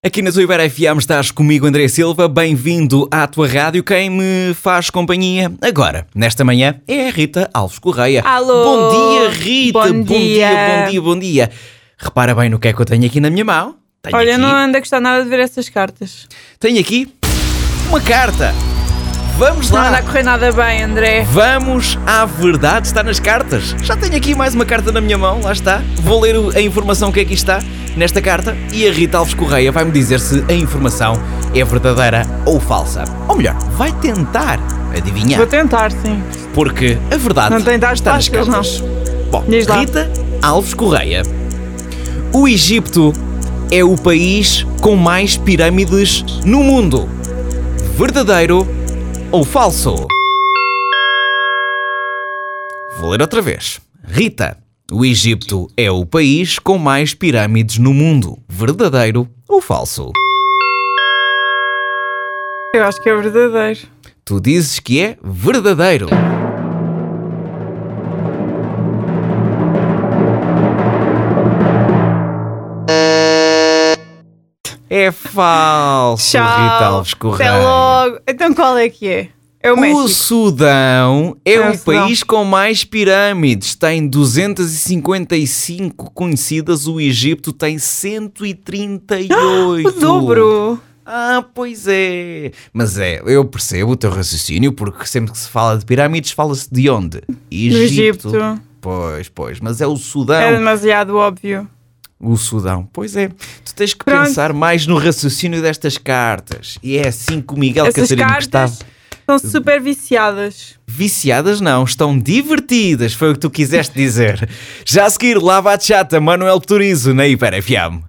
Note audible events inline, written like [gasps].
Aqui na Zuiber FM estás comigo, André Silva. Bem-vindo à tua rádio. Quem me faz companhia agora, nesta manhã, é a Rita Alves Correia. Alô! Bom dia, Rita! Bom dia. bom dia, bom dia. Repara bem no que é que eu tenho aqui na minha mão. Tenho Olha, aqui, não é? anda a gostar nada de ver essas cartas. tenho aqui uma carta. Vamos Não é anda lá. a correr nada bem, André. Vamos à verdade, está nas cartas. Já tenho aqui mais uma carta na minha mão, lá está. Vou ler o- a informação que aqui está nesta carta e a Rita Alves Correia vai-me dizer se a informação é verdadeira ou falsa. Ou melhor, vai tentar adivinhar, Vou tentar, sim. porque a verdade Não tem dados está nas fáceis, não. cartas. Bom, Diz lá. Rita Alves Correia. O Egito é o país com mais pirâmides no mundo. Verdadeiro ou falso? Vou ler outra vez. Rita, o Egito é o país com mais pirâmides no mundo. Verdadeiro ou falso? Eu acho que é verdadeiro. Tu dizes que é verdadeiro. É falso, Tchau. Rita Alves Correia. Até logo. Então qual é que é? É o O México. Sudão é, É o o Sudão. país com mais pirâmides. Tem 255 conhecidas. O Egito tem 138. [gasps] O dobro. Ah, pois é. Mas é, eu percebo o teu raciocínio, porque sempre que se fala de pirâmides, fala-se de onde? Egito. Pois, pois, mas é o Sudão. É demasiado óbvio. O Sudão. Pois é. Tu tens que Pronto. pensar mais no raciocínio destas cartas. E é assim que o Miguel Essas Catarino cartas Gustavo. estão super viciadas. Viciadas não, estão divertidas, foi o que tu quiseste dizer. Já a seguir, Lava a Chata, Manuel Turizo, na Hiper FM.